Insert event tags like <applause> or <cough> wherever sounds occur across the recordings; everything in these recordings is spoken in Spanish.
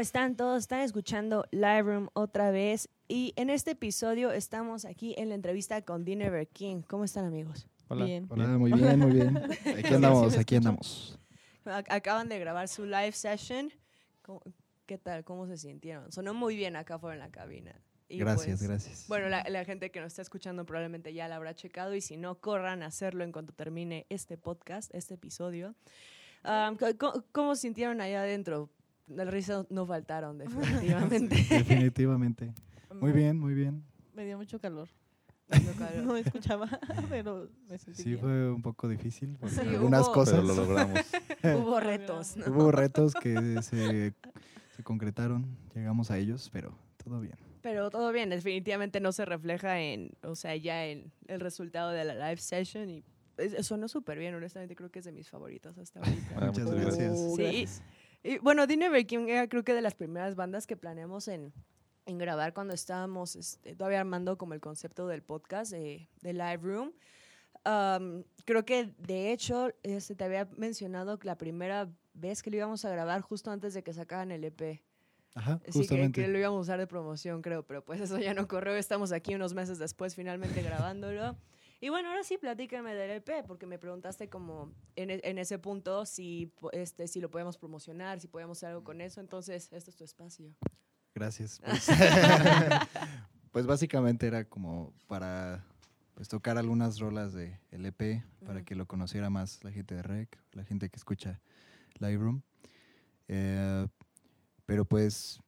están todos? Están escuchando Live Room otra vez y en este episodio estamos aquí en la entrevista con Dinever King. ¿Cómo están amigos? Hola. Bien. Hola, muy bien, <laughs> muy bien. Aquí andamos, me aquí andamos. Ac- Acaban de grabar su live session. ¿Cómo- ¿Qué tal? ¿Cómo se sintieron? Sonó muy bien acá afuera en la cabina. Y Gracias, pues, gracias. Bueno, la, la gente que nos está escuchando probablemente ya la habrá checado y si no, corran a hacerlo en cuanto termine este podcast, este episodio. Um, co- co- ¿cómo, sintieron allá adentro? Las risas no faltaron, definitivamente. <laughs> Definitivamente. Muy bien, muy bien. Me dio mucho <laughs> calor. Lo cual- No escuchaba, <laughs> pero me sentí Sí, bien. fue un poco difícil por Sí, algunas hubo- cosas. Pero lo logramos. <laughs> Hubo retos, ¿no? Hubo retos que se, se concretaron, llegamos a ellos, pero todo bien. Pero todo bien, definitivamente no se refleja en, o sea, ya en el resultado de la live session y es- sonó súper bien, honestamente creo que es de mis favoritas hasta ahorita. <laughs> Ah, Muchas muchas gracias. Oh, Sí, gracias. Y bueno, Dino King era creo que de las primeras bandas que planeamos en, en grabar cuando estábamos este, todavía armando como el concepto del podcast eh, de Live Room. Am, creo que de hecho este, te había mencionado que la primera vez que lo íbamos a grabar justo antes de que sacaran el E EP. Ajá, Sí, que, que justamente. lo íbamos a usar de promoción, creo, pero pues eso ya no corrió. Estamos aquí unos meses después finalmente grabándolo. Y bueno, ahora sí, platícame del EP, porque me preguntaste como en, e- en ese punto si, po- este, si lo podíamos promocionar, si podíamos hacer algo con eso. Entonces, este es tu espacio. <laughs> Gracias. Pues, Pues básicamente era como para pues, tocar algunas rolas de LP para Ujú. que lo conociera más la gente de Rec, la gente que escucha Lightroom. Eh, pero pues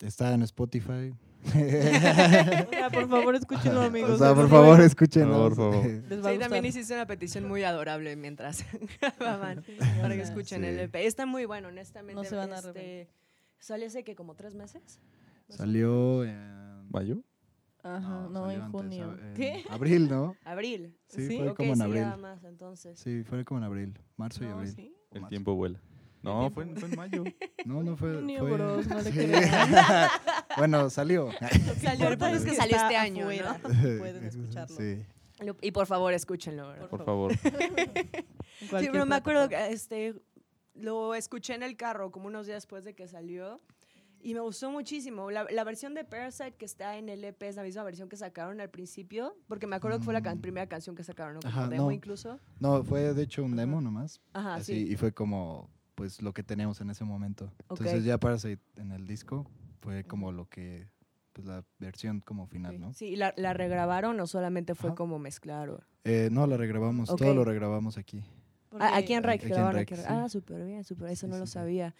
está en Spotify. <laughs> O sea, por favor, escúchenlo, amigos. o sea, de por verdad, favor, escúchenlo. Eh, Por favor. Les va a Sí, también gustar. hiciste una petición muy adorable mientras <laughs> grababan Sí, para que o sea, escuchen Sí. el EP. Está muy bueno, honestamente. No se van a este, arrepentir. ¿Salió hace que como tres meses? Salió en... ¿Mayo? Ajá, no, salió en antes, junio. a- en ¿Qué? Abril, ¿no? Abril. Sí, Sí, fue Ok, como en sí, abril. nada más, entonces. Sí, fue como en abril, marzo y No, abril. <laughs> sí. o El marzo. tiempo vuela. No, tiempo fue, en- fue en mayo. No, no fue. Junio, fue- bros, <laughs> no le Sí. crean. <laughs> bueno, salió. <laughs> Salió, el Importa punto es que está salió este año, afuera. ¿no? Pueden escucharlo. Sí. Lo- Y por favor, escúchenlo. ¿verdad? Por favor. En Sí, cualquier pero me acuerdo plataforma. que este, lo escuché en el carro como unos días después de que salió y me gustó muchísimo. La, la versión de Parasite que está en el EP es la misma versión que sacaron al principio, porque me acuerdo que fue la can- Mm. primera canción que sacaron, ¿no? Como Ajá, demo no. incluso. No, fue de hecho un demo Ajá. nomás. Ajá, así, sí. Y fue como pues lo que teníamos en ese momento. Ok. Entonces ya Parasite en el disco fue como lo que, pues la versión como final, Sí, ¿no? Sí, ¿la, la regrabaron o solamente fue Ajá. como mezclaron? Eh, no, la regrabamos, Ok. todo lo regrabamos aquí. Porque- Ah, aquí en Rec Aquí en grabaron. Rec, aquí en Rec. sí. Ah, súper bien, súper. Eso Sí, no lo sí, sí. sabía.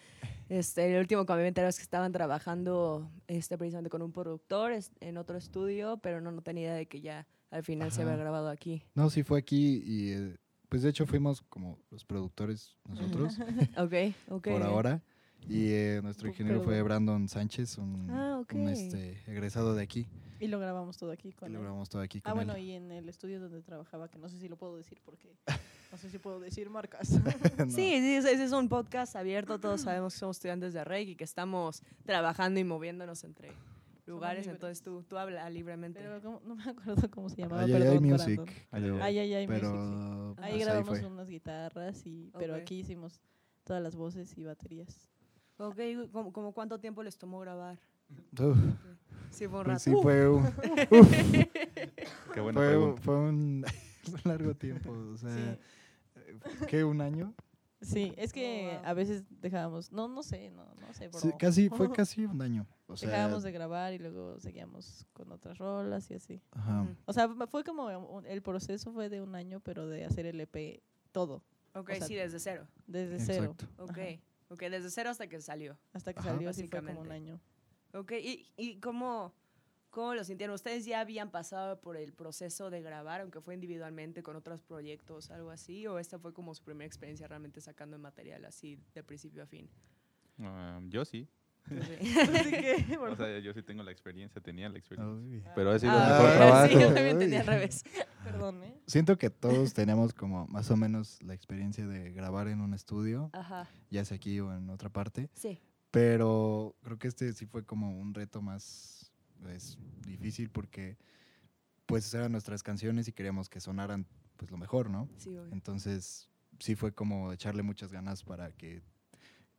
Este, el último que me enteré es que estaban trabajando este, precisamente con un productor es- en otro estudio, pero no, no tenía idea de que ya al final se había Ajá. grabado <laughs> aquí. No, sí fue aquí y eh, pues de hecho fuimos como los productores nosotros Ok, <laughs> ok. por ahora. Y eh, nuestro Bu- ingeniero fue pero- Brandon Sánchez, un, Ah, un, ok. este, egresado de aquí. Y lo grabamos todo aquí Y con lo él. grabamos todo aquí con Ah, bueno, él. y en el estudio donde trabajaba, que no sé si lo puedo decir <laughs> porque no sé si puedo decir marcas. No. Sí, sí, ese ese es un podcast abierto. Todos sabemos que somos estudiantes de Reg y que estamos trabajando y moviéndonos entre lugares. libres. Entonces tú, tú habla libremente. Pero ¿cómo? no me acuerdo cómo se llamaba. Ay, ay, ay, perdón, music. Brandon. creo. Ay, ay, ay, pero music. sí. pues, Ahí ahí grabamos fue. unas guitarras, y, pero Ok. aquí hicimos todas las voces y baterías. Ok, ¿cómo, cómo cuánto tiempo les tomó grabar? Uf, Sí, fue un rato. pues sí, <laughs> fue un, <laughs> Qué buena fue, un- pregunta. fue un <laughs> un largo tiempo. O sea, ¿qué? ¿Un año? Sí, es que wow. a veces dejábamos, no, no sé, no, no sé, Sí, bro. casi, <laughs> fue casi un año. O sea, dejábamos de grabar y luego seguíamos con otras rolas y así. ajá. Ujú. O sea, fue como, un- el proceso fue de un año, pero de hacer el EP todo, Ok, o sea, sí, desde cero. desde cero. Exacto. Ok, Ajá. ok, desde cero hasta que salió. Hasta que Ajá. salió, así fue como un Básicamente. año. Ok, ¿y, y cómo, cómo lo sintieron? ¿Ustedes ya habían pasado por el proceso de grabar, aunque fue individualmente con otros proyectos, algo así? ¿O esta fue como su primera experiencia realmente sacando el material así de principio a fin? Ah, yo sí. No <laughs> sé. Así que, O sea, yo sí tengo la experiencia, tenía la experiencia. Ay. Pero ha sido el Ah, mejor sí, yo <laughs> trabajo. también Uy. tenía al revés. perdón, ¿eh? Siento que todos tenemos como más o menos la experiencia de grabar en un estudio, Ajá, ya sea aquí o en otra parte, sí. pero creo que este sí fue como un reto más pues, difícil porque pues eran nuestras canciones y queríamos que sonaran pues lo mejor, ¿no? Sí, obvio. Entonces, sí fue como echarle muchas ganas para que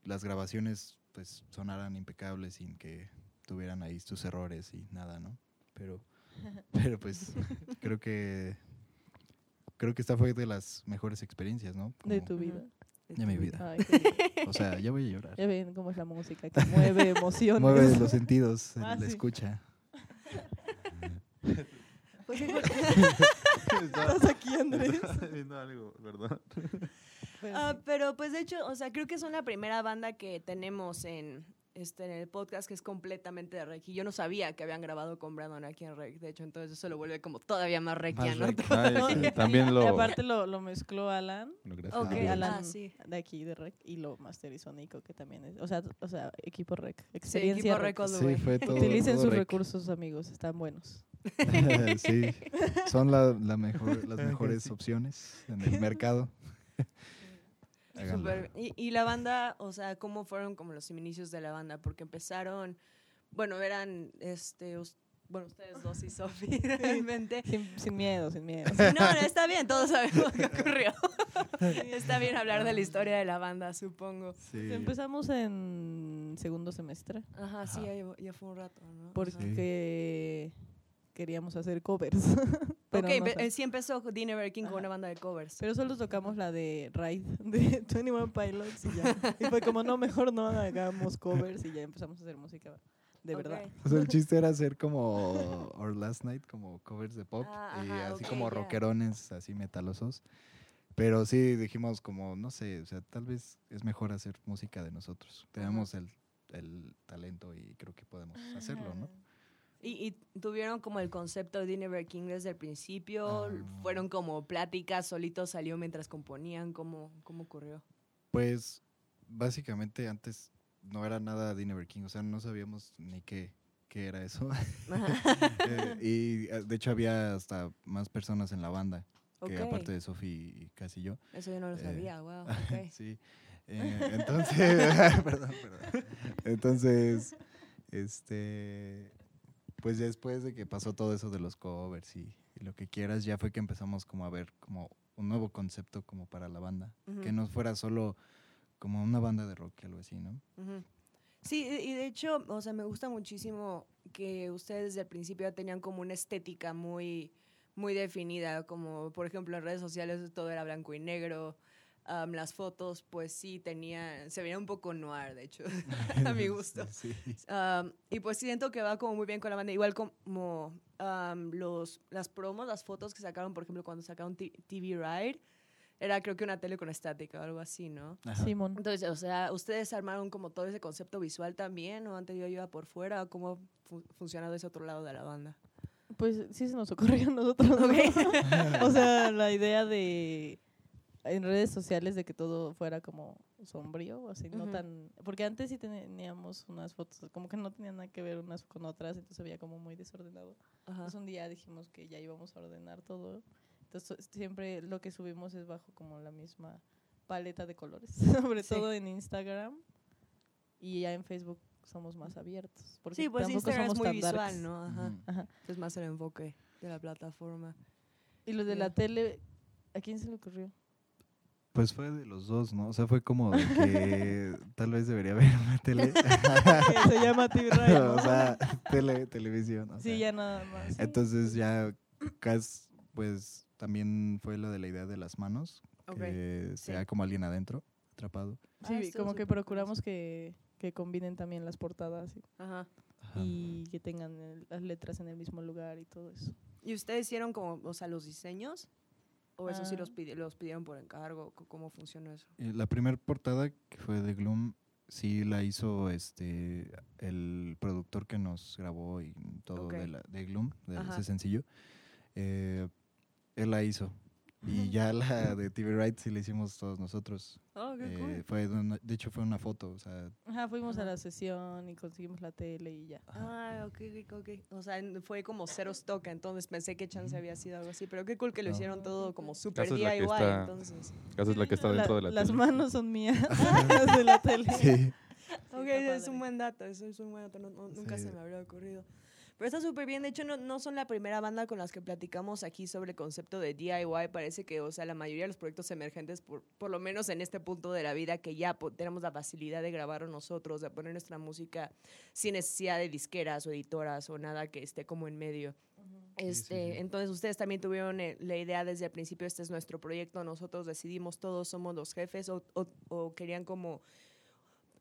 las grabaciones pues sonaran impecables sin que tuvieran ahí sus errores y nada, ¿no? <laughs> Pero, pero pues creo que creo que esta fue de las mejores experiencias, ¿no? de Como tu vida. de mi vida. Ay, qué <laughs> lindo. O sea, ya voy a llorar. <laughs> ya ven cómo es la música que <laughs> mueve emociones. Mueve <laughs> los sentidos, Ah, la sí. escucha. Pues, <laughs> Estaba Estás aquí, Andrés. viendo algo, ¿verdad? Pues, <laughs> Ah, pero pues de hecho, o sea, creo que son la primera banda que tenemos en, este, en el podcast que es completamente de Reiki. Yo no sabía que habían grabado con Brandon aquí en Reiki, de hecho, entonces eso lo vuelve como todavía más Reikiano. Reiki. Ay, sí, también lo... <laughs> Y aparte lo, lo mezcló Alan Bueno, gracias. Ok, Dios. Alan. ah, sí. de aquí de Rec y lo masterizó Nico, que también es. O sea, t- o sea equipo Rec. Sí, Experiencia equipo Rec. Reiki all the Sí, way. fue todo. Utilicen todo sus rec. recursos, amigos. Están buenos. <laughs> sí, son la, la mejor, las mejores opciones en el <laughs> mercado. Háganlo. Súper. Y, y la banda, o sea, ¿cómo fueron como los inicios de la banda? Porque empezaron, bueno, eran, este, us- bueno, ustedes dos y Sofi, <laughs> realmente. Sin, sin miedo, sin <laughs> miedo. No, no, está bien, todos sabemos qué <laughs> ocurrió. está bien hablar de la historia de la banda, supongo. Sí. Empezamos en segundo semestre Ajá, sí, Ajá. ya, llevo- ya fue un rato, ¿no? Ajá. porque queríamos hacer covers. <laughs> pero, ok, no pe- sal- eh, sí empezó Dinner King con Ajá. una banda de covers. pero solo tocamos la de Ride <laughs> de 21 Pilots <laughs> y ya. Y fue como, no, mejor no hagamos covers y ya empezamos a hacer música de verdad. Ok. O sea, el chiste era hacer como Our Last Night, como covers de pop Ah, y ajá, así ok, como ya. rockerones, así metalosos. Pero sí dijimos como, no sé, o sea, tal vez es mejor hacer música de nosotros. Tenemos el, el talento y creo que podemos hacerlo, ¿no? Y, y tuvieron como el concepto de Dinner King desde el principio. Ah. Fueron como pláticas, solito salió mientras componían. ¿Cómo, cómo ocurrió? Pues básicamente antes no era nada de Never King, o sea, no sabíamos ni qué, qué era eso. <laughs> Eh, <laughs> y eh, de hecho había hasta más personas en la banda, que Ok. aparte de Sofi y casi yo. Eso yo no lo Eh, sabía, wow. ok. Sí. <laughs> Eh, entonces, <laughs> perdón, perdón. Entonces, este, pues después de que pasó todo eso de los covers y, y lo que quieras, ya fue que empezamos como a ver como un nuevo concepto como para la banda, que Ujú. no fuera solo como una banda de rock o algo así, ¿no? Ujú. Sí, y y de hecho, o sea, me gusta muchísimo que ustedes desde el principio ya tenían como una estética muy, muy definida, como por ejemplo en redes sociales todo era blanco y negro, am, las fotos pues sí tenían, se veía un poco noir, de hecho, <laughs> a mi <laughs> gusto. Sí. Am, y pues siento que va como muy bien con la banda, igual como am, los, las promos, las fotos que sacaron, por ejemplo, cuando sacaron T- TV Ride, era creo que una tele con estática o algo así, ¿no? Ajá. Simón. Entonces, o sea, ¿ustedes armaron como todo ese concepto visual también o han tenido ayuda por fuera? ¿O ¿Cómo fu- funcionado ese otro lado de la banda? Pues sí se nos ocurrió a nosotros. ¿no? <laughs> o sea, la idea de en redes sociales de que todo fuera como sombrío, así, no Ujú. tan... Porque antes sí teníamos unas fotos, como que no tenían nada que ver unas con otras, entonces se veía como muy desordenado. Ajá. Entonces un día dijimos que ya íbamos a ordenar todo. Entonces so- siempre lo que subimos es bajo como la misma paleta de colores, <laughs> sobre Sí. todo en Instagram y ya en Facebook somos más abiertos. Porque Sí, pues tampoco Instagram es somos muy tan visual, darks. ¿no? Ajá. Ujú. Ajá. Es más el enfoque de la plataforma. Y los de Ya. la tele, ¿a quién se le ocurrió? Pues fue de los dos, ¿no? O sea, fue como de que tal vez debería haber una <laughs> tele. <laughs> Que se llama TV Ride, <laughs> ¿no? o sea, tele, televisión. o sea. sí, ya nada más. sí. Entonces ya Cas, pues también fue lo de la idea de las manos, Ok. que sea sí. como alguien adentro, atrapado. Sí, Ah, estuvo como que súper procuramos que, que combinen también las portadas y, Ajá. Ah, Ajá. y que tengan el- las letras en el mismo lugar y todo eso. ¿Y ustedes hicieron como, o sea, los diseños? ¿O eso sí Ah. los, pidi- los pidieron por encargo? C- ¿Cómo funcionó eso? Eh, La primera portada que fue de Gloom, sí la hizo este el productor que nos grabó y todo Ok. de, la, de Gloom, de Ajá. ese sencillo. Eh, él la hizo. Y ya la de TV Right sí la hicimos todos nosotros. Oh, qué Eh, cool. fue de, una- de hecho fue una foto, o sea, <laughs> Ajá, fuimos a Ajá. la sesión y conseguimos la tele y ya. Ah, ok, ok, ok. O sea, en- fue como cero stock, entonces pensé que chance Ujú. había sido algo así, pero qué cool que lo No. hicieron todo como super es la que DIY, está- entonces. Casa es la que está dentro de la Las tele. manos son <laughs> mías, <laughs> las de la tele. sí. Ok, está es <laughs> padre. un buen dato, eso es un buen dato, no- no- nunca Sí. se me habría ocurrido. Pero está súper bien. De hecho, no, no son la primera banda con las que platicamos aquí sobre el concepto de DIY. Parece que, o sea, la mayoría de los proyectos emergentes, por, por lo menos en este punto de la vida, que ya po- tenemos la facilidad de grabar nosotros, de poner nuestra música sin necesidad de disqueras o editoras o nada que esté como en medio. sí, Este, sí. Entonces ustedes también tuvieron eh, la idea desde el principio, este es nuestro proyecto, nosotros decidimos, todos somos los jefes o, o- o querían como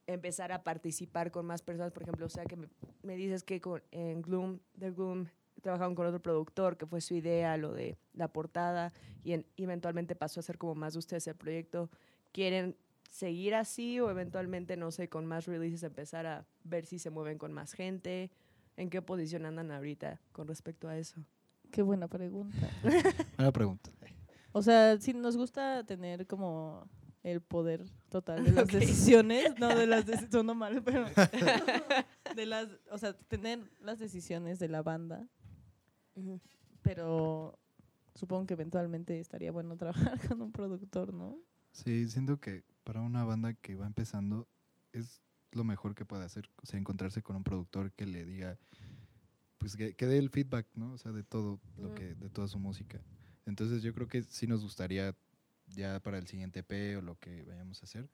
empezar a participar con más personas, por ejemplo, o sea que me, me dices que con, en Gloom, The Gloom, trabajaron con otro productor, que fue su idea, lo de la portada, y en- eventualmente pasó a ser como más de ustedes el proyecto. ¿Quieren seguir así o eventualmente, no sé, con más releases empezar a ver si se mueven con más gente? ¿En qué posición andan ahorita con respecto a eso? Qué buena pregunta. Buena pregunta. O sea, sí nos gusta tener como el poder total de las Ok. decisiones, no de las decisiones, sonó mal, pero <laughs> de las, o sea, tener las decisiones de la banda, pero supongo que eventualmente estaría bueno <laughs> trabajar con un productor, ¿no? Sí, siento que para una banda que va empezando es lo mejor que puede hacer, o sea, encontrarse con un productor que le diga, pues que, que dé el feedback, ¿no? O sea, de todo lo Mm. que, de toda su música. Entonces yo creo que sí nos gustaría ya para el siguiente EP o lo que vayamos a hacer,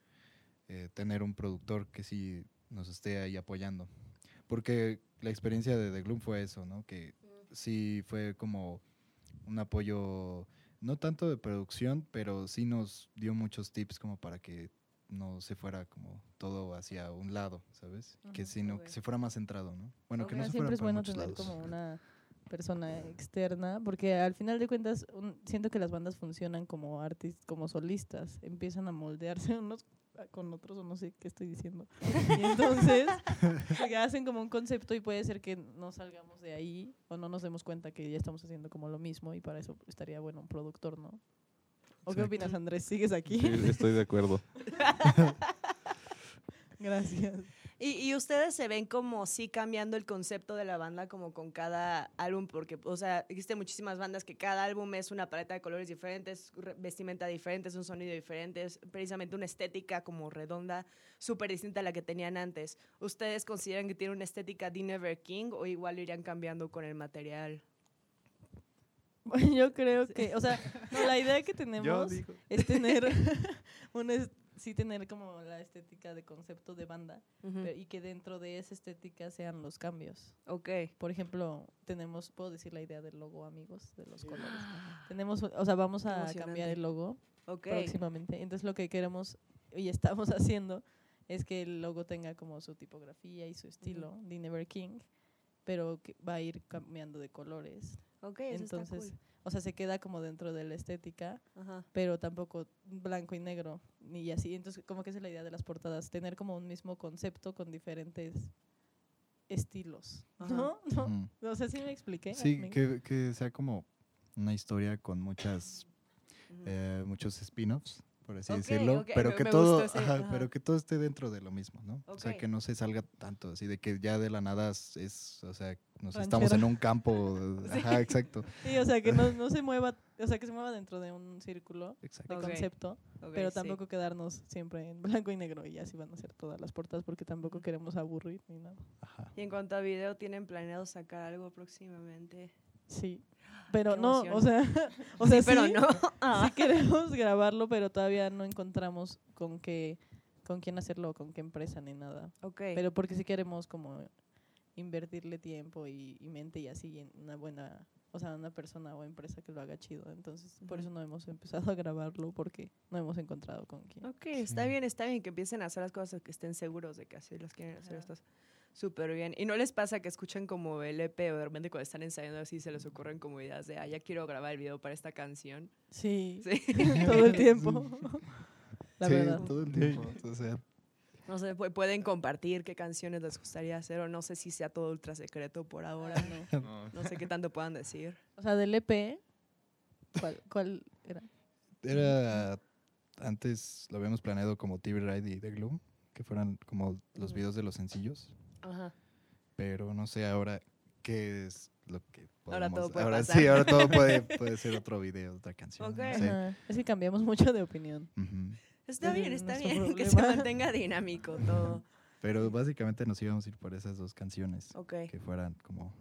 eh, tener un productor que sí nos esté ahí apoyando. Porque la experiencia de The Gloom fue eso, ¿no? Que sí fue como un apoyo no tanto de producción, pero sí nos dio muchos tips como para que no se fuera como todo hacia un lado, ¿sabes? Que Ujú. sino Ok. que se fuera más centrado, ¿no? Bueno, que Ok. no Pero se fuera siempre es por bueno muchos tener lados. como una persona externa, porque al final de cuentas un- siento que las bandas funcionan como artistas, como solistas, empiezan a moldearse <laughs> unos con otros o no sé qué estoy diciendo. Y <laughs> entonces porque hacen como un concepto y puede ser que no salgamos de ahí o no nos demos cuenta que ya estamos haciendo como lo mismo y para eso estaría bueno un productor, ¿no? ¿O qué Exacto. opinas, Andrés? ¿Sigues aquí? Sí, estoy de acuerdo. <laughs> Gracias. <laughs> Y, y ustedes se ven como sí cambiando el concepto de la banda como con cada álbum, porque, o sea, existen muchísimas bandas que cada álbum es una paleta de colores diferentes, re- vestimenta diferente, es un sonido diferente, es precisamente una estética como redonda, súper distinta a la que tenían antes. ¿Ustedes consideran que tiene una estética de Never King o igual lo irían cambiando con el material? Yo creo que, o sea, no, la idea que tenemos digo. es tener <laughs> un es- sí tener como la estética de concepto de banda Mm. Eh, pero- y que dentro de esa estética sean los cambios. Ok. Por ejemplo, tenemos, puedo decir la idea del logo, amigos, de los colores. Tenemos, o sea, vamos Qué a cambiar emocionante. el logo Ok. próximamente. Entonces lo que queremos y estamos <laughs> haciendo es que el logo tenga como su tipografía y su estilo, de Never King, pero que va a ir cambiando de colores. Ok, eso está Entonces, cool. o sea, se queda como dentro de la estética, Ajá. pero tampoco blanco y negro, ni así. Entonces, como que esa es la idea de las portadas, tener como un mismo concepto con diferentes estilos. Ajá. ¿No? <laughs> ¿No? Ujú. O sea, sí me expliqué. Mm. Sí, Amigo? que, que sea como una historia con muchas eh, muchos spin-offs, por así Ok, decirlo, ok, pero me- que me todo, gustó ese, ajá, ajá. pero que todo esté dentro de lo mismo, ¿no? O sea, Ok. que no se salga tanto, así de que ya de la nada es, es, o sea, nos estamos en Ranchera. <laughs> un campo, ajá, exacto, Sí, o sea, que no, no se mueva, o sea, que se mueva dentro de un círculo de exacto. Ok. concepto, Ok, pero sí. tampoco quedarnos siempre en blanco y negro y así van a ser todas las portadas porque tampoco Mm. queremos aburrir ni nada. Ajá. <laughs> Y en cuanto a video, ¿tienen planeado sacar algo próximamente? Sí. Pero Qué no, o sea, <laughs> o sea, Sí, Ah. pero <laughs> sí, no. sí queremos grabarlo, pero todavía no encontramos con qué, con quién hacerlo, con qué empresa ni nada. Ok. Pero porque sí queremos como invertirle tiempo y, y mente y así en una buena, o sea, una persona o empresa que lo haga chido. Entonces, por Ujú. eso no hemos empezado a grabarlo porque no hemos encontrado con quién. Ok, está Sí. bien, está bien que empiecen a hacer las cosas que estén seguros de que así las quieren hacer. Ajá. Estás súper bien. ¿Y no les pasa que escuchan como el EP o de repente cuando están ensayando así se les ocurren como ideas de, ah, ya quiero grabar el video para esta canción? Sí, Sí. <laughs> todo el tiempo. <laughs> La Sí, verdad. todo el tiempo, o sea, No sé, pu- pueden compartir qué canciones les gustaría hacer o no sé si sea todo ultra secreto por ahora. Ah, no. No, No sé qué tanto puedan decir. O sea, del EP, ¿cuál, cuál era? era, antes lo habíamos planeado como TV Ride y The Gloom, que fueran como los Ujú. videos de los sencillos, Ajá. pero no sé ahora qué es lo que Ahora podemos- todo puede ahora pasar. sí, ahora todo puede, <laughs> puede ser otro video, otra canción, no Ok. sé. Ajá, Es que cambiamos mucho de opinión. Ujú. Está Ese bien, es está nuestro bien. <laughs> Que se problema. mantenga dinámico todo. Pero básicamente nos íbamos a ir por esas dos canciones Ok. que fueran como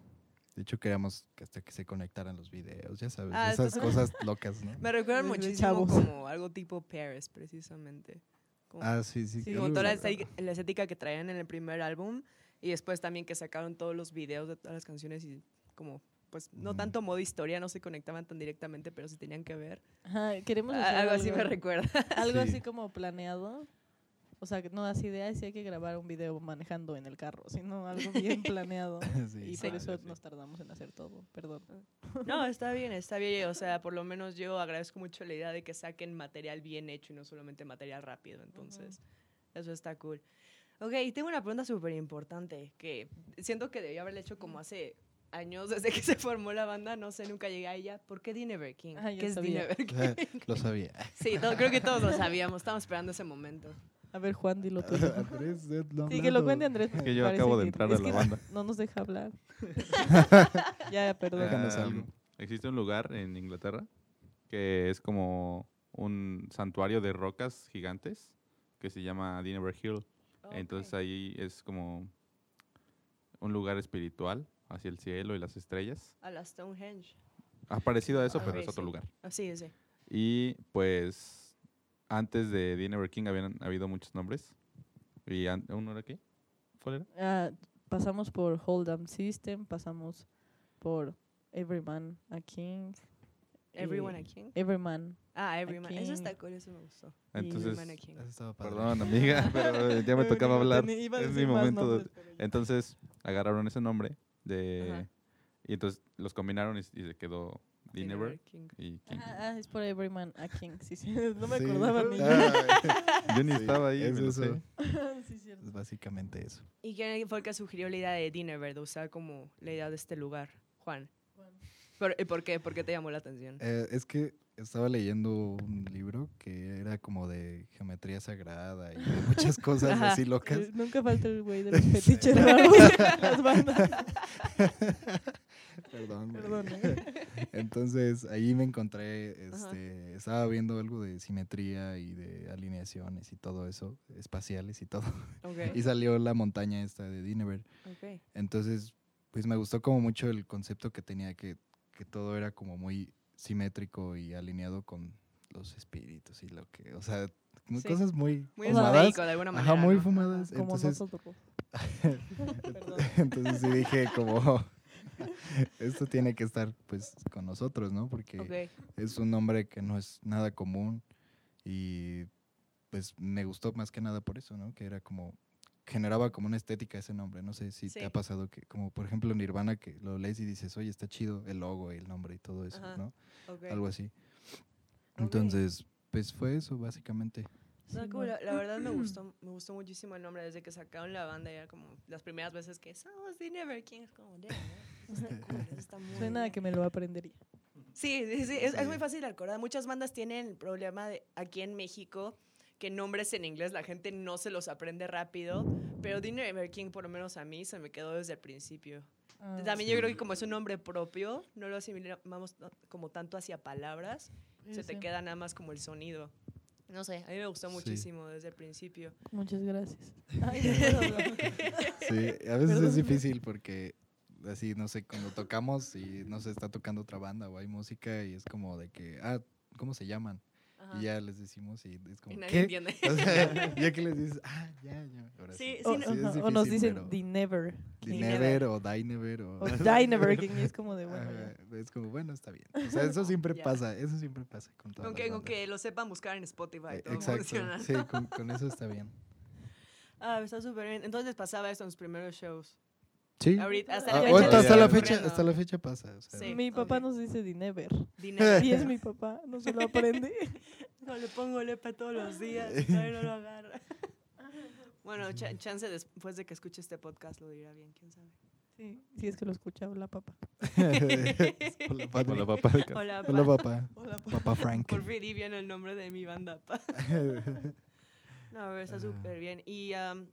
De hecho, queríamos que hasta que se conectaran los videos, ya sabes, Ah, esas estos- <laughs> cosas locas, ¿no? Me recuerdan Desde muchísimo chavos. como algo tipo Paris, precisamente. Como, Ah, sí, sí. Sí, creo como que- toda la estética, la estética que traían en el primer álbum y después también que sacaron todos los videos de todas las canciones y como pues no Ujú. tanto modo historia, no se conectaban tan directamente, pero sí tenían que ver. Ajá, queremos Ah, hacer algo así me recuerda. Algo Sí. así como planeado. O sea, que no das idea si hay que grabar un video manejando en el carro, sino algo bien <laughs> planeado. <laughs> Sí, y sí, por eso sí. nos tardamos en hacer todo, perdón. No, está bien, está bien. O sea, por lo menos yo agradezco mucho la idea de que saquen material bien hecho y no solamente material rápido. Entonces, eso está cool. Ok, y tengo una pregunta súper importante que siento que debí haberle hecho como hace años desde que <laughs> se formó la banda. No sé, nunca llegué a ella. ¿Por qué Dinever King? Ah, yo ¿Qué es sabía. <laughs> Dinever King? Eh, Lo sabía. <laughs> <laughs> Sí, to- creo que todos lo sabíamos. Estábamos esperando ese momento. A ver, Juan, dilo <laughs> tú. Andrés, Edlon Sí, que lo Blanco. cuente Andrés. Es que yo parece acabo de que- entrar es a la que banda. <laughs> No nos deja hablar. <laughs> ya, perdón. Déjanos Ah, algo. Existe un lugar en Inglaterra que es como un santuario de rocas gigantes que se llama Dinever Hill. Entonces ahí es como un lugar espiritual hacia el cielo y las estrellas. A la Stonehenge. Ha parecido a eso, Ah, pero ok, es otro sí. lugar. Ah, sí, sí. Y pues antes de Dinever King habían habido muchos nombres. ¿Y an- uno era qué? ¿Cuál era? Ah, pasamos por Hold Down System, pasamos por Everyman a King. Everyone eh, a King. Everyman. Ah, Everyman. Eso King. está cool, eso me gustó. Y- Entonces, Everyman a King. Has estado padre. perdón amiga, <laughs> pero ya me tocaba hablar. Ni- iba a Es decir mi más momento de- nombres, pero ya. Entonces agarraron ese nombre Ajá. de y entonces los combinaron y, s- y se quedó Dinever Dinever King. y King. Ah, ah, es por Everyman a King. Sí, sí, <laughs> no me Sí. acordaba <laughs> ni yo. Ah, Yo ni sí, estaba ahí, es me lo eso, sé. Sí, cierto. Es básicamente eso. ¿Y quién fue el que sugirió la idea de Dinever, de usar como la idea de este lugar? Juan. Pero, ¿Y por qué? ¿Por qué te llamó la atención? Eh, es que estaba leyendo un libro que era como de geometría sagrada y de <laughs> muchas cosas Ajá. así locas. Este, Eh, Nunca falta el güey <laughs> de <laughs> los fetiches raros en <laughs> las bandas. Perdón, güey. Perdón, ¿eh? <laughs> Entonces ahí me encontré, Ajá. este, estaba viendo algo de simetría y de alineaciones y todo eso, espaciales y todo. Ok. Y salió la montaña esta de Dinever. okay. Entonces, pues me gustó como mucho el concepto que tenía, que, que todo era como muy simétrico y alineado con los espíritus y lo que, o sea, mu- Sí. cosas muy, Muy fumadas. esotérico, de alguna manera. Ajá, muy ¿no? fumadas. Como Entonces, nosotros. <laughs> Perdón. entonces sí dije como, <laughs> esto tiene que estar pues con nosotros, ¿no? Porque Ok. es un nombre que no es nada común y pues me gustó más que nada por eso, ¿no? Que era como generaba como una estética ese nombre, no sé si Sí. te ha pasado que como por ejemplo Nirvana que lo lees y dices, "Oye, está chido el logo, y el nombre y todo eso", Ajá. ¿no? ok. Algo así. Ok. Entonces, pues fue eso <laughs> básicamente. No, Sí, cool, no. La, la verdad me gustó, me gustó muchísimo el nombre. Desde que sacaron la banda, era como las primeras veces que somos Dinever King. Es como, "Damn, ¿eh? <laughs> Eso está cool, eso está muy Suena a bien". que me lo aprendería. Sí, sí, sí, Es, es muy Sí. fácil de recordar. Muchas bandas tienen el problema de aquí en México que nombres en inglés la gente no se los aprende rápido, pero Dinner King, por lo menos a mí, se me quedó desde el principio. Ah, Ah, También yo creo que como es un nombre propio, no lo asimilamos no- como tanto hacia palabras, se te queda nada más como el sonido. No sé, a mí me gustó Mm, Sí. muchísimo desde el principio. Muchas <laughs> gracias. Ay, ya puedo hablar. Sí, a veces Perdón. es difícil porque así, no sé, cuando tocamos y no se está tocando otra banda o hay música y es como de que, ah, ¿cómo se llaman? Ajá. Y ya les decimos y es Y como, nadie ¿qué? entiende. <laughs> O sea, ya que les dices, ah, ya, ya. Ahora Sí, sí. sí, no- O, es ajá, o difícil, nos dicen pero The Never. King", Dinever o Dinever O o... <laughs> Dinever King", y es como de bueno. ya. Ajá, es como, bueno, está bien. O <laughs> sea, eso siempre Ya. pasa, eso siempre pasa con todas Aunque, las aunque bandas. lo sepan buscar en Spotify, Eh, todo Exacto, funciona. sí, con, con eso está bien. <laughs> Ah, está súper bien. Entonces pasaba esto en los primeros shows. Sí, Ahorita, hasta Ah, la fecha. ahorita lo hasta la siguen fecha, ocurriendo. hasta la fecha pasa. o sea, Sí. Mi papá ok. nos dice The Never. <laughs> Dinero. Y es mi papá, no se lo aprende. <laughs> No le pongo lepa todos los <laughs> días, todavía no lo agarra. <laughs> Bueno, cha- chance después de que escuche este podcast lo dirá bien, quién sabe. Sí, si es que lo escucha, la papá. <laughs> Hola, padre. Hola, papá de casa. Hola, Hola, pa. papá. Hola, papá. Papá Frank. Por <laughs> fin di bien el nombre de mi banda, pa. No, pero está Ah. súper bien. Y am,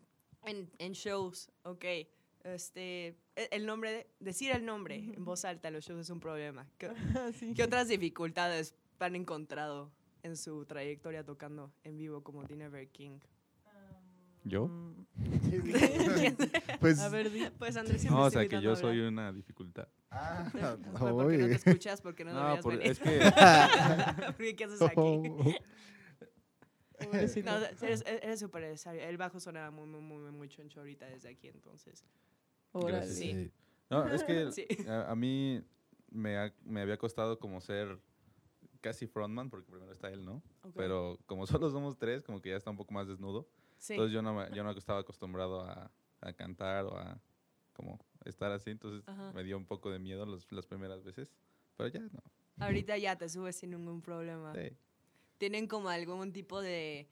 en, en shows, ok. Este, e- el nombre, de- decir el nombre en voz alta en los shows es un problema. <laughs> ¿Qué, Sí. qué otras dificultades han encontrado en su trayectoria tocando en vivo como Dinever King? ¿Yo? Mm, ¿Quién sabe? pues, A ver, di. <laughs> pues Andrés siempre No, o está sea que invitando a yo hablar. soy una dificultad. <laughs> Ah, <laughs> Fue porque no te uy. escuchas, porque no, No, debías por- venir. es que <laughs> Porque, ¿Qué haces aquí? Oh. <laughs> <laughs> Pobrecito. No, eres, eres súper necesario. El bajo sonaba muy, muy, muy, muy choncho ahorita desde aquí, entonces. Órale. Gracias. Sí. No, es <laughs> que <laughs> Sí. a, a mí me, ha- me había costado como ser casi frontman, porque primero está él, ¿no? Ok. <laughs> Pero como <laughs> solo somos tres, como que ya está un poco más desnudo. Sí. Entonces yo no, me- yo no estaba acostumbrado a, a cantar o a como estar así. Entonces Ajá. me dio un poco de miedo los- las primeras veces. Pero ya no. Ahorita ya te subes sin ningún problema. sí. ¿Tienen como algún tipo de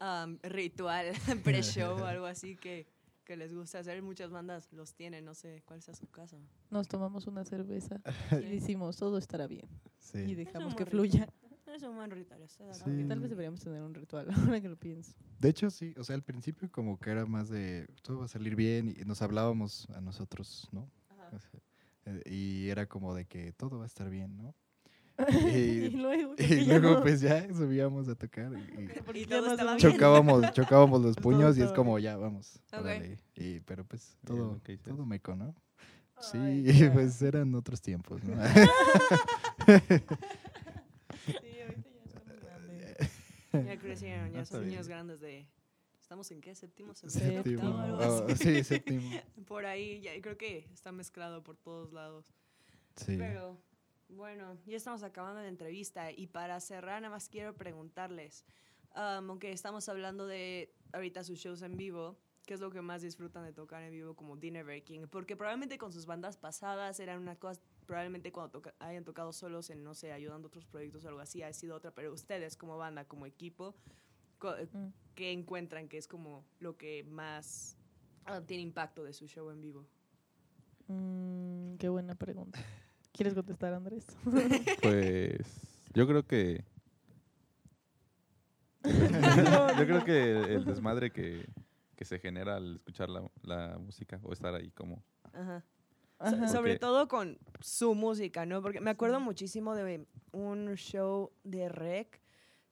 am, ritual <laughs> pre-show o algo así que, que les gusta hacer? Muchas bandas los tienen, no sé cuál sea su caso. Nos tomamos una cerveza y Sí. decimos, todo estará bien. Y Sí. dejamos muy que rico. fluya. Es un buen ritual, estoy de acuerdo. Sí. Tal vez deberíamos tener un ritual <laughs> ahora que lo pienso. De hecho, sí. O sea, al principio como que era más de, todo va a salir bien y nos hablábamos a nosotros, ¿no? Ajá. O sea, eh, Y era como de que todo va a estar bien, ¿no? <laughs> y Y, luego, creo <laughs> y que ya luego no. pues ya subíamos a tocar y- y Y ya todo estaba no <laughs> hacemos- bien. chocábamos, chocábamos los Todo puños y es estaba como ya vamos. Ok. órale. Y, pero pues Ya es lo todo, que dices. todo meco, ¿no? Sí, <laughs> Ay, y ya. pues eran otros tiempos, <laughs> ¿no? <laughs> Sí, ahorita ya estamos grandes. Ya crecieron, ya Ah, Está son bien. niños grandes de... ¿Estamos en qué? ¿Séptimo? ¿Séptimo? séptimo. octavo, algo ah, así. sí, séptimo. <laughs> Por ahí, ya, creo que está mezclado por todos lados. Sí. Pero bueno, ya estamos acabando la entrevista y para cerrar nada más quiero preguntarles, um, aunque estamos hablando de ahorita sus shows en vivo, ¿qué es lo que más disfrutan de tocar en vivo como Dinner Breaking? Porque probablemente con sus bandas pasadas eran una cosa, probablemente cuando toca- hayan tocado solos en, no sé, ayudando a otros proyectos o algo así, ha sido otra, pero ustedes como banda, como equipo, co- eh, Mm. ¿qué encuentran que es como lo que más ah, tiene impacto de su show en vivo? Mm, qué buena pregunta. ¿Quieres contestar, Andrés? Pues yo creo que... yo creo que el desmadre que, que se genera al escuchar la, la música o estar ahí como... Ajá. So- Ajá. Sobre Porque- todo con su música, ¿no? Porque me acuerdo Sí. muchísimo de un show de Rec,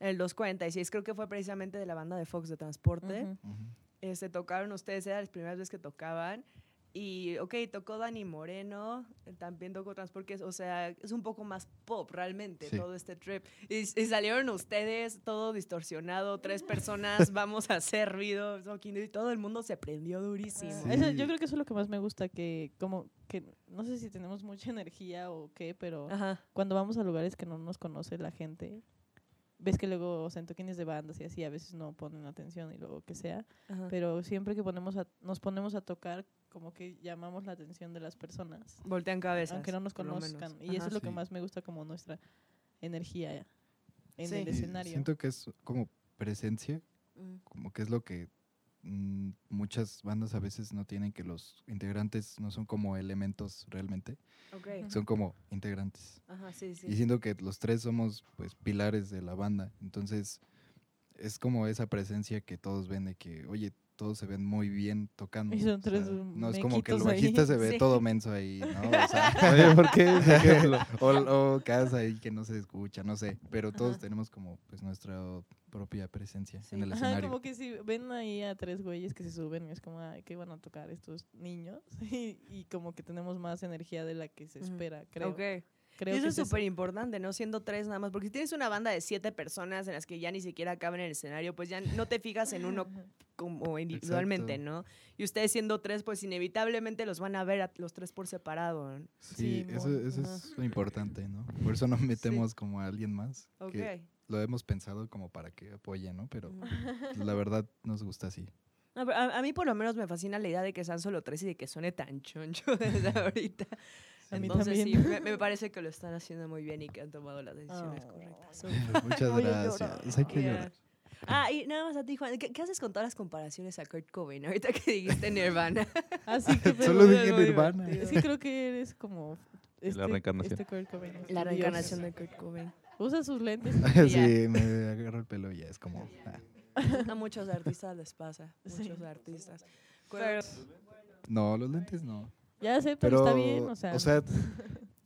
el 246, creo que fue precisamente de la banda de Fox de Transporte. Ujú. Ujú. Este, tocaron ustedes, era las primeras veces que tocaban. Y, ok, tocó Dani Moreno, eh, también tocó Transportes, o sea, es un poco más pop realmente Sí. todo este trip. Y, s- y salieron ustedes, todo distorsionado, tres personas, vamos a hacer ruido, fucking- y todo el mundo se prendió durísimo. Ah, eso- Sí. yo creo que eso es lo que más me gusta, que como que no sé si tenemos mucha <laughs> energía o qué, pero Ajá. cuando vamos a lugares que no nos conoce la gente, ves que luego, o sea, en toquines de bandas y así, a veces no ponen atención y luego que sea, ajá. pero siempre que ponemos a- nos ponemos a tocar, como que llamamos la atención de las personas, Voltean cabezas. aunque no nos por lo menos. conozcan. Y eso Ajá. es lo que Sí. más me gusta, como nuestra energía en Sí. el Y escenario. Siento que es como presencia, Mm, como que es lo que mm, muchas bandas a veces no tienen, que los integrantes no son como elementos realmente, Ok. son como integrantes. Ajá, sí, sí. Y siento que los tres somos pues pilares de la banda. Entonces, es como esa presencia que todos ven de que, oye, todos se ven muy bien tocando. Y son tres no es como que el mequitos ahí. bajista se ve Sí. todo menso ahí, ¿no? O <laughs> sea, Oye, ¿por <laughs> qué? Por ejemplo. o, o quedas ahí que no se escucha, no sé. Pero todos Ajá. tenemos como pues nuestra propia presencia Sí. en el Ajá, escenario. como que si ven ahí a tres güeyes que se suben y es como, ay, ¿qué van a tocar estos niños? <laughs> Y, y como que tenemos más energía de la que se Ujú. espera, creo. Ok. creo Y eso que es es eso. súper importante, ¿no? Siendo tres nada más. Porque si tienes una banda de siete personas en las que ya ni siquiera caben en el escenario, pues ya no te fijas en uno como individualmente, Exacto. ¿no? Y ustedes siendo tres, pues inevitablemente los van a ver a los tres por separado. ¿no? Sí, eso, Simón, eso ajá. es lo importante, ¿no? Por eso no metemos como a alguien más. Ok. Que lo hemos pensado como para que apoye, ¿no? Pero pues, Ujú. la verdad nos gusta así. No, pero a, a mí por lo menos me fascina la idea de que sean solo tres y de que suene tan choncho <laughs> desde ahorita. A mí Entonces también. sí, me, me parece que lo están haciendo muy bien y que han tomado las decisiones Oh. correctas. <laughs> <laughs> Muchas Voy a gracias. Hay que Ya. llorar. Ah, y nada más a ti, Juan. ¿Qué, qué haces con todas las comparaciones a Kurt Cobain? <laughs> Ahorita que dijiste <laughs> Nirvana. Así <laughs> que, pero- Solo dije algo Nirvana. <laughs> divertido. Es que creo que eres como... Este, reencarnación. este Kurt Cobain, este La dios. reencarnación de Kurt Cobain. Usa sus lentes. sí, me agarro el pelo y ya es como... ah, A muchos artistas les pasa. <laughs> Sí. Muchos artistas. Pero, No, los lentes no. Ya sé, pero, Pero, está bien, o sea... O sea,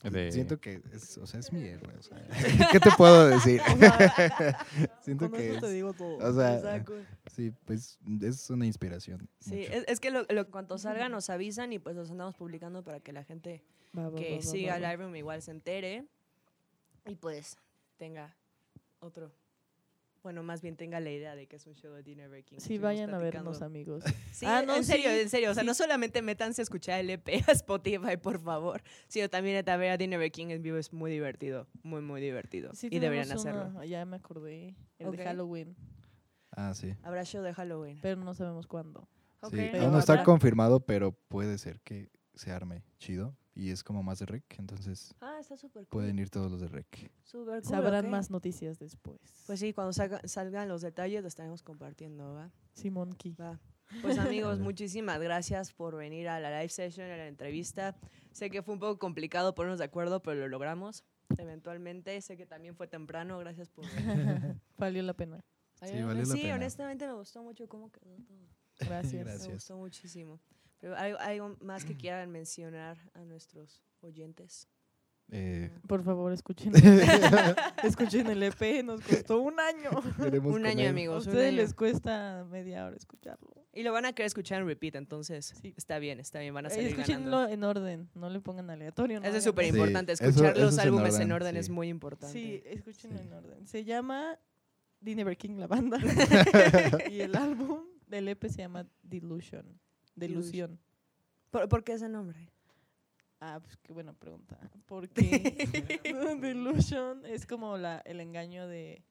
De- Siento que es, o sea, es mi héroe. o sea, <laughs> ¿Qué te puedo decir? <laughs> Siento Con que eso te es, digo todo. o sea, Está cool. sí, pues es una inspiración. Sí, mucho. es, es que lo, lo- cuanto salga nos avisan y pues los andamos publicando para que la gente Va, va, va, que va, siga va, el va. álbum igual se entere y pues tenga otro. Bueno, más bien tenga la idea de que es un show de Dinner Breaking. que Sí, estuvimos vayan a vernos, platicando. amigos. Sí, Ah, no, en serio, sí, en serio. O sea, sí. no solamente métanse a escuchar el EP a <laughs> Spotify, por favor, sino también a ver a Dinner Breaking en vivo. Es muy divertido, muy, muy divertido. Sí, y deberían tenemos hacerlo. una, Ya me acordé. El Ok. de Halloween. Ah, sí. Habrá show de Halloween. Pero no sabemos cuándo. Ok, sí. lo Aún voy no a está hablar. confirmado, pero puede ser que se arme chido. Y es como más de rec, entonces Ah, está súper cool. pueden ir todos los de rec. Súper cool, Sabrán ok. más noticias después. Pues sí, cuando salga- salgan los detalles lo estaremos compartiendo, ¿va? Simón Key. Va. <laughs> Pues amigos, Vale. muchísimas gracias por venir a la live session, a la entrevista. Sé que fue un poco complicado ponernos de acuerdo, pero lo logramos eventualmente. Sé que también fue temprano, gracias por... Valió <laughs> la pena. Sí, valió la Sí, pena. honestamente me gustó mucho cómo quedó todo. Gracias. Gracias. Me gustó muchísimo. Pero ¿hay algo más que quieran mencionar a nuestros oyentes? <laughs> Eh, Por favor, escuchen. <laughs> E escuchen el EP. Nos costó <laughs> un año. queremos Un año, comer. A amigos, un ustedes año. les cuesta media hora escucharlo. Y lo van a querer escuchar en repeat, entonces Sí. está bien, está bien, van a Eh, salir Escúchenlo ganando. en orden. No le pongan aleatorio. no Eso hagan es súper así. Sí, importante, eso- escuchar eso los es en álbumes en orden, orden sí. es muy importante. Sí, escúchenlo Sí. en orden. Se llama Dinner King, <laughs> la banda. y el álbum del EP se llama Delusion. Delusión. ¿Por, por qué ese nombre? Ah, pues qué <laughs> buena pregunta. Porque Delusion es como la, el engaño de.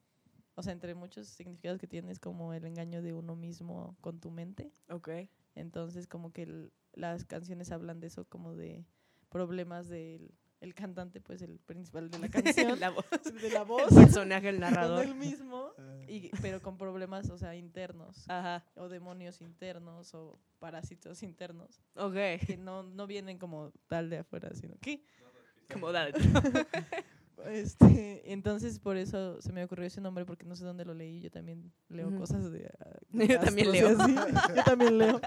O sea, entre muchos significados que tiene, es como el engaño de uno mismo con tu mente. Ok. <laughs> Entonces, como que el- las canciones hablan de eso, como de problemas del el cantante, pues el principal <laughs> de la canción, La voz. <laughs> de la voz, El personaje, el con narrador. él mismo, Ah, y, pero con problemas, o sea, internos, Ajá. o demonios internos, o parásitos internos, Ok. que no, no vienen como tal de afuera, sino que... Como dale. <laughs> Este, entonces, por eso se me ocurrió ese nombre, porque no sé dónde lo leí, yo también leo Ujú. <laughs> cosas de... ah, Yo de también astros <laughs> y leo. así, yo también leo.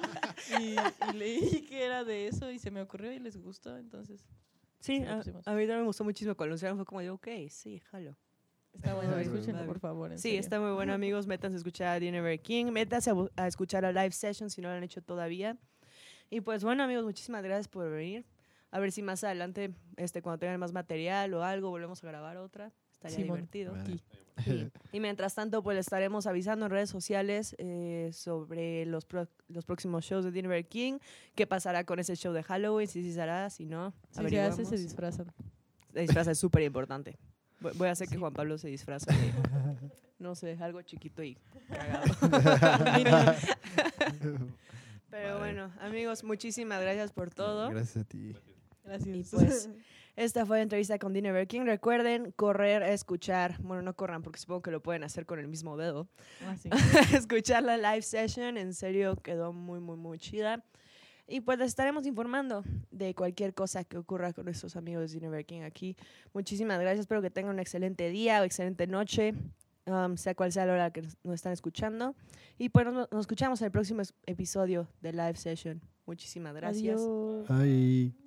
Y, y leí que era de eso y se me ocurrió y les gustó, entonces Sí, ah, a, a mí Sí, pusimos. también me gustó muchísimo cuando lo anunciaron. Fue como de, ok, sí, jalo. está bueno, Ay, escúchenlo güey. por favor. en Sí, serio. está muy bueno, amigos. Métanse a escuchar a Dinner King. Métanse a, bu- a escuchar a Live Session si no lo han hecho todavía. Y pues bueno, amigos, muchísimas gracias por venir. A ver si más adelante, este, cuando tengan más material o algo, volvemos a grabar otra. Estaría Simón. divertido. Vale. Aquí. <laughs> Y mientras tanto, pues le estaremos avisando en redes sociales eh, sobre los, pro- los próximos shows de Dinner King, qué pasará con ese show de Halloween, si sí se hará, si no, Si se hace, averiguamos. se disfrazan. El disfraz es súper importante. Voy voy a hacer que Juan Pablo se disfrace de, no sé, algo chiquito y cagado. <laughs> Pero <laughs> Vale. bueno, amigos, muchísimas gracias por todo. Gracias a ti. Gracias. <laughs> Y pues, esta fue la entrevista con Dinner King. Recuerden correr, escuchar. Bueno, no corran porque supongo que lo pueden hacer con el mismo dedo. <laughs> Ah, sí. escuchar la live session. En serio, quedó muy, muy, muy chida. Y pues les estaremos informando de cualquier cosa que ocurra con nuestros amigos de Univer King aquí. Muchísimas gracias. Espero que tengan un excelente día o excelente noche, um, sea cual sea la hora que nos- nos están escuchando. Y pues nos, nos escuchamos en el próximo es- episodio de Live Session. Muchísimas gracias. Adiós. Ay.